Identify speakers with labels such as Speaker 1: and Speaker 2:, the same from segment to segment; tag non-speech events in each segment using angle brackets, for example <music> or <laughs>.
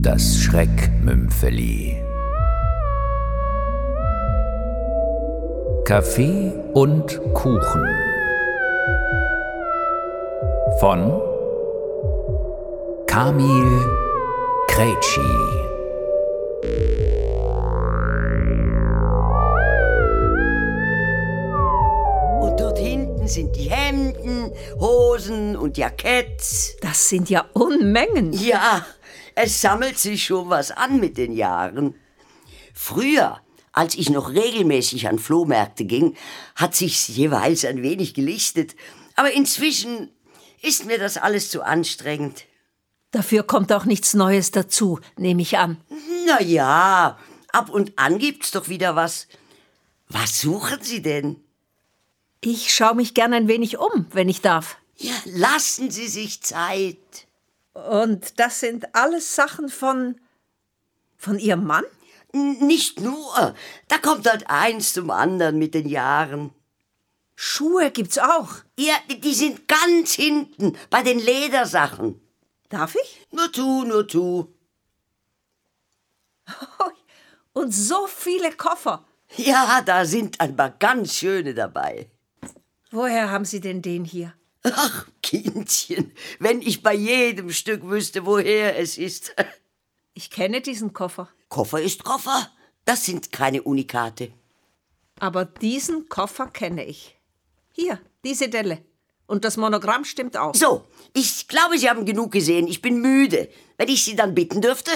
Speaker 1: Das Schreckmümpfeli. Kaffee und Kuchen. Von Kamil Krejci.
Speaker 2: Und dort hinten sind die Hemden, Hosen und Jacketts.
Speaker 3: Das sind ja Unmengen.
Speaker 2: Ja, es sammelt sich schon was an mit den Jahren. Früher, als ich noch regelmäßig an Flohmärkte ging, hat sich's jeweils ein wenig gelichtet. Aber inzwischen ist mir das alles zu anstrengend.
Speaker 3: Dafür kommt auch nichts Neues dazu, nehme ich an.
Speaker 2: Na ja, ab und an gibt's doch wieder was. Was suchen Sie denn?
Speaker 3: Ich schaue mich gern ein wenig um, wenn ich darf.
Speaker 2: Ja, lassen Sie sich Zeit.
Speaker 3: Und das sind alles Sachen von. von Ihrem Mann?
Speaker 2: N- Nicht nur, da kommt halt eins zum anderen mit den Jahren.
Speaker 3: Schuhe gibt's auch.
Speaker 2: Ja, die sind ganz hinten bei den Ledersachen.
Speaker 3: Darf ich?
Speaker 2: Nur tu, nur tu.
Speaker 3: Und so viele Koffer.
Speaker 2: Ja, da sind ein paar ganz schöne dabei.
Speaker 3: Woher haben Sie denn den hier?
Speaker 2: Ach, Kindchen, wenn ich bei jedem Stück wüsste, woher es ist.
Speaker 3: Ich kenne diesen Koffer.
Speaker 2: Koffer ist Koffer. Das sind keine Unikate.
Speaker 3: Aber diesen Koffer kenne ich. Hier, diese Delle. Und das Monogramm stimmt auch.
Speaker 2: So, ich glaube, Sie haben genug gesehen. Ich bin müde. Wenn ich Sie dann bitten dürfte?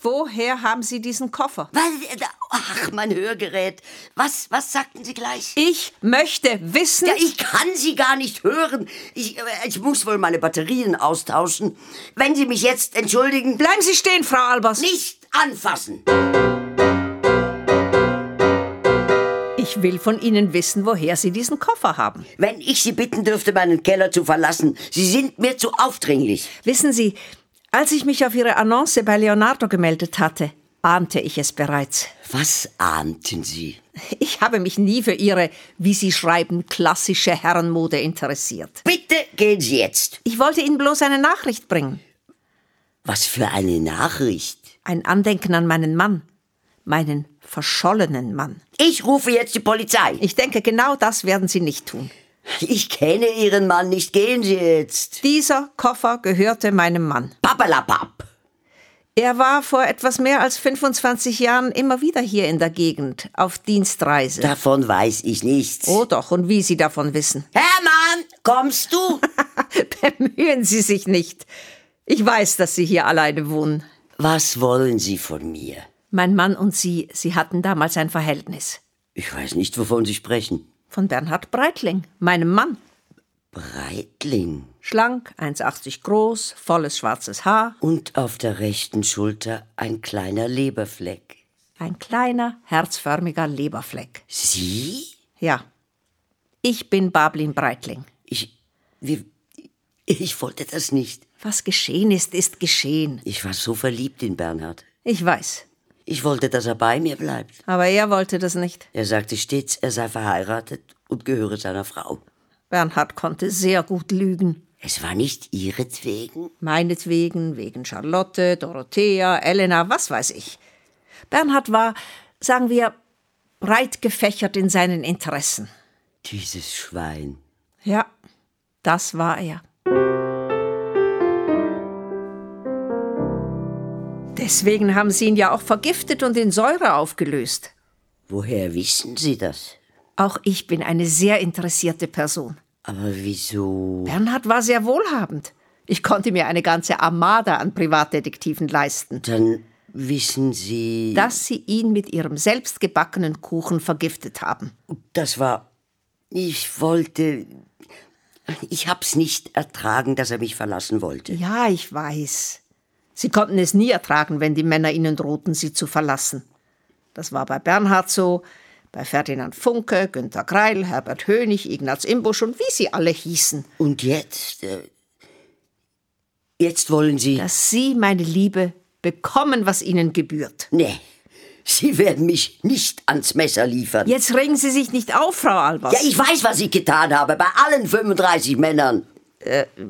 Speaker 3: Woher haben Sie diesen Koffer?
Speaker 2: Was? äh, Ach, mein Hörgerät. Was, was sagten Sie gleich?
Speaker 3: Ich möchte wissen.
Speaker 2: Ja, ich kann Sie gar nicht hören. Ich, äh, ich muss wohl meine Batterien austauschen. Wenn Sie mich jetzt entschuldigen,
Speaker 3: Bleiben Sie stehen, Frau Albers.
Speaker 2: nicht anfassen.
Speaker 3: Ich will von Ihnen wissen, woher Sie diesen Koffer haben.
Speaker 2: Wenn ich Sie bitten dürfte, meinen Keller zu verlassen, Sie sind mir zu aufdringlich.
Speaker 3: Wissen Sie, als ich mich auf Ihre Annonce bei Leonardo gemeldet hatte, ahnte ich es bereits.
Speaker 2: Was ahnten Sie?
Speaker 3: Ich habe mich nie für Ihre, wie Sie schreiben, klassische Herrenmode interessiert.
Speaker 2: Bitte gehen Sie jetzt.
Speaker 3: Ich wollte Ihnen bloß eine Nachricht bringen.
Speaker 2: Was für eine Nachricht.
Speaker 3: Ein Andenken an meinen Mann. Meinen verschollenen Mann.
Speaker 2: Ich rufe jetzt die Polizei.
Speaker 3: Ich denke, genau das werden Sie nicht tun.
Speaker 2: Ich kenne Ihren Mann nicht. Gehen Sie jetzt.
Speaker 3: Dieser Koffer gehörte meinem Mann.
Speaker 2: Pappalapap.
Speaker 3: Er war vor etwas mehr als 25 Jahren immer wieder hier in der Gegend auf Dienstreise.
Speaker 2: Davon weiß ich nichts.
Speaker 3: Oh doch, und wie Sie davon wissen. <laughs>
Speaker 2: Hermann, kommst du?
Speaker 3: Bemühen Sie sich nicht. Ich weiß, dass Sie hier alleine wohnen.
Speaker 2: Was wollen Sie von mir?
Speaker 3: Mein Mann und Sie, Sie hatten damals ein Verhältnis.
Speaker 2: Ich weiß nicht, wovon Sie sprechen.
Speaker 3: Von Bernhard Breitling, meinem Mann.
Speaker 2: Breitling.
Speaker 3: Schlank, 1,80 groß, volles schwarzes Haar,
Speaker 2: Und auf der rechten Schulter ein kleiner Leberfleck.
Speaker 3: ein kleiner, herzförmiger Leberfleck.
Speaker 2: Sie?
Speaker 3: Ja, ich bin Bablin Breitling.
Speaker 2: Ich. Wir, ich wollte das nicht.
Speaker 3: Was geschehen ist, ist geschehen.
Speaker 2: Ich war so verliebt in Bernhard.
Speaker 3: Ich weiß,
Speaker 2: Ich wollte, dass er bei mir bleibt.
Speaker 3: aber er wollte das nicht.
Speaker 2: Er sagte stets, er sei verheiratet und gehöre seiner Frau.
Speaker 3: Bernhard konnte sehr gut lügen.
Speaker 2: Es war nicht ihretwegen.
Speaker 3: Meinetwegen, wegen Charlotte, Dorothea, Elena, was weiß ich. Bernhard war, sagen wir, breit gefächert in seinen Interessen.
Speaker 2: Dieses Schwein.
Speaker 3: Ja, das war er. Deswegen haben sie ihn ja auch vergiftet und in Säure aufgelöst.
Speaker 2: Woher wissen Sie das?
Speaker 3: Auch ich bin eine sehr interessierte Person.
Speaker 2: Aber wieso?
Speaker 3: Bernhard war sehr wohlhabend. Ich konnte mir eine ganze Armada an Privatdetektiven leisten.
Speaker 2: Dann wissen Sie.
Speaker 3: dass sie ihn mit ihrem selbstgebackenen Kuchen vergiftet haben.
Speaker 2: Das war. Ich wollte. Ich hab's nicht ertragen, dass er mich verlassen wollte.
Speaker 3: Ja, ich weiß. Sie konnten es nie ertragen, wenn die Männer ihnen drohten, sie zu verlassen. Das war bei Bernhard so, bei Ferdinand Funke, Günter Greil, Herbert Hönig, Ignaz Imbusch und wie sie alle hießen.
Speaker 2: Und jetzt. Äh, jetzt wollen Sie.
Speaker 3: Dass sie, meine Liebe, bekommen, was ihnen gebührt.
Speaker 2: nee. ne, Sie werden mich nicht ans Messer liefern.
Speaker 3: Jetzt regen Sie sich nicht auf, Frau Albers.
Speaker 2: Ja, ich weiß, was ich getan habe, bei allen 35 Männern.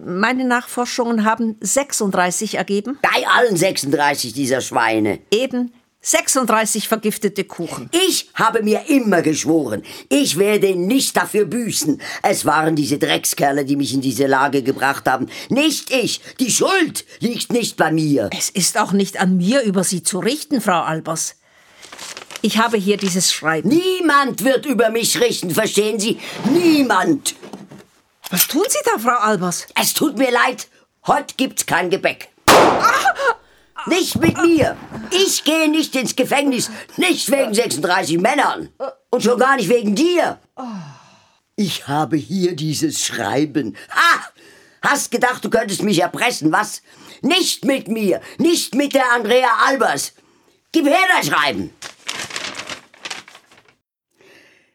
Speaker 4: Meine Nachforschungen haben 36 ergeben.
Speaker 2: Bei allen 36 dieser Schweine.
Speaker 4: Eben 36 vergiftete Kuchen.
Speaker 2: Ich habe mir immer geschworen, ich werde nicht dafür büßen. Es waren diese Dreckskerle, die mich in diese Lage gebracht haben. Nicht ich. Die Schuld liegt nicht bei mir.
Speaker 4: Es ist auch nicht an mir, über Sie zu richten, Frau Albers. Ich habe hier dieses Schreiben.
Speaker 2: Niemand wird über mich richten, verstehen Sie? Niemand.
Speaker 4: Was tun Sie da, Frau Albers?
Speaker 2: Es tut mir leid. Heute gibt's kein Gebäck. Nicht mit mir. Ich gehe nicht ins Gefängnis. Nicht wegen 36 Männern. Und schon gar nicht wegen dir. Ich habe hier dieses Schreiben. Ah! Hast gedacht, du könntest mich erpressen, was? Nicht mit mir. Nicht mit der Andrea Albers. Gib her das Schreiben.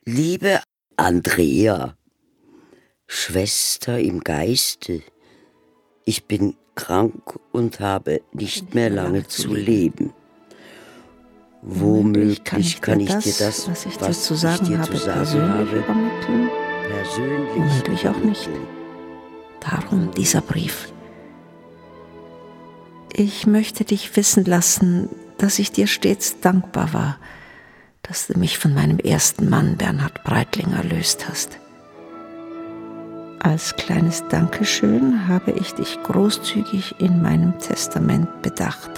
Speaker 2: Liebe Andrea, Schwester im Geiste, ich bin krank und habe nicht mehr lange zu leben. Womöglich kann ich, dir das,
Speaker 3: was ich dir zu sagen habe, persönlich übermitteln?
Speaker 2: persönlich
Speaker 3: Womöglich auch nicht.
Speaker 2: übermitteln.
Speaker 3: Darum dieser Brief. Ich möchte dich wissen lassen, dass ich dir stets dankbar war, dass du mich von meinem ersten Mann Bernhard Breitling erlöst hast. Als kleines Dankeschön habe ich dich großzügig in meinem Testament bedacht.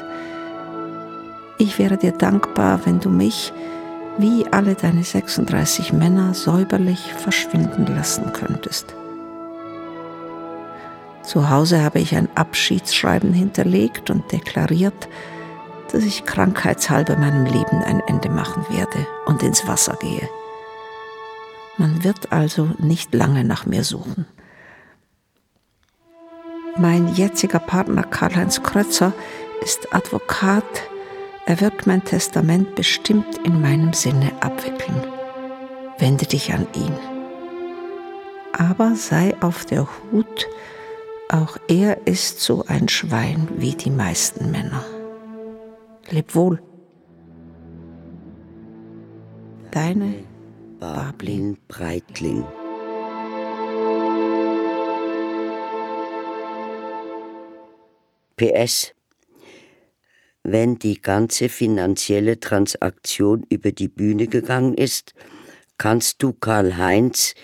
Speaker 3: Ich wäre dir dankbar, wenn du mich, wie alle deine 36 Männer, säuberlich verschwinden lassen könntest. Zu Hause habe ich ein Abschiedsschreiben hinterlegt und deklariert, dass ich krankheitshalber meinem Leben ein Ende machen werde und ins Wasser gehe. Man wird also nicht lange nach mir suchen. Mein jetziger Partner Karl-Heinz Krötzer ist Advokat. Er wird mein Testament bestimmt in meinem Sinne abwickeln. Wende dich an ihn. Aber sei auf der Hut, auch er ist so ein Schwein wie die meisten Männer. Leb wohl. Deine Bablin.
Speaker 2: Bablin Breitling. PS. Wenn die ganze finanzielle Transaktion über die Bühne gegangen ist, kannst du Karl-Heinz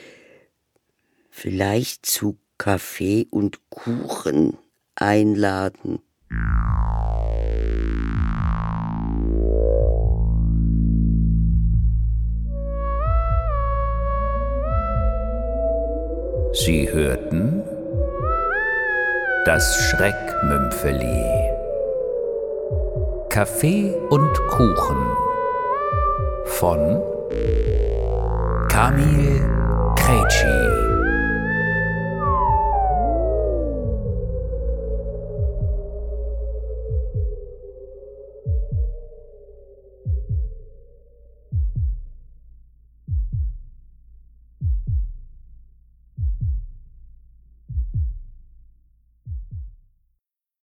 Speaker 2: vielleicht zu Kaffee und Kuchen einladen.
Speaker 1: Sie hörten das Schreckmümpfeli. Kaffee und Kuchen von Kamil Kretschi.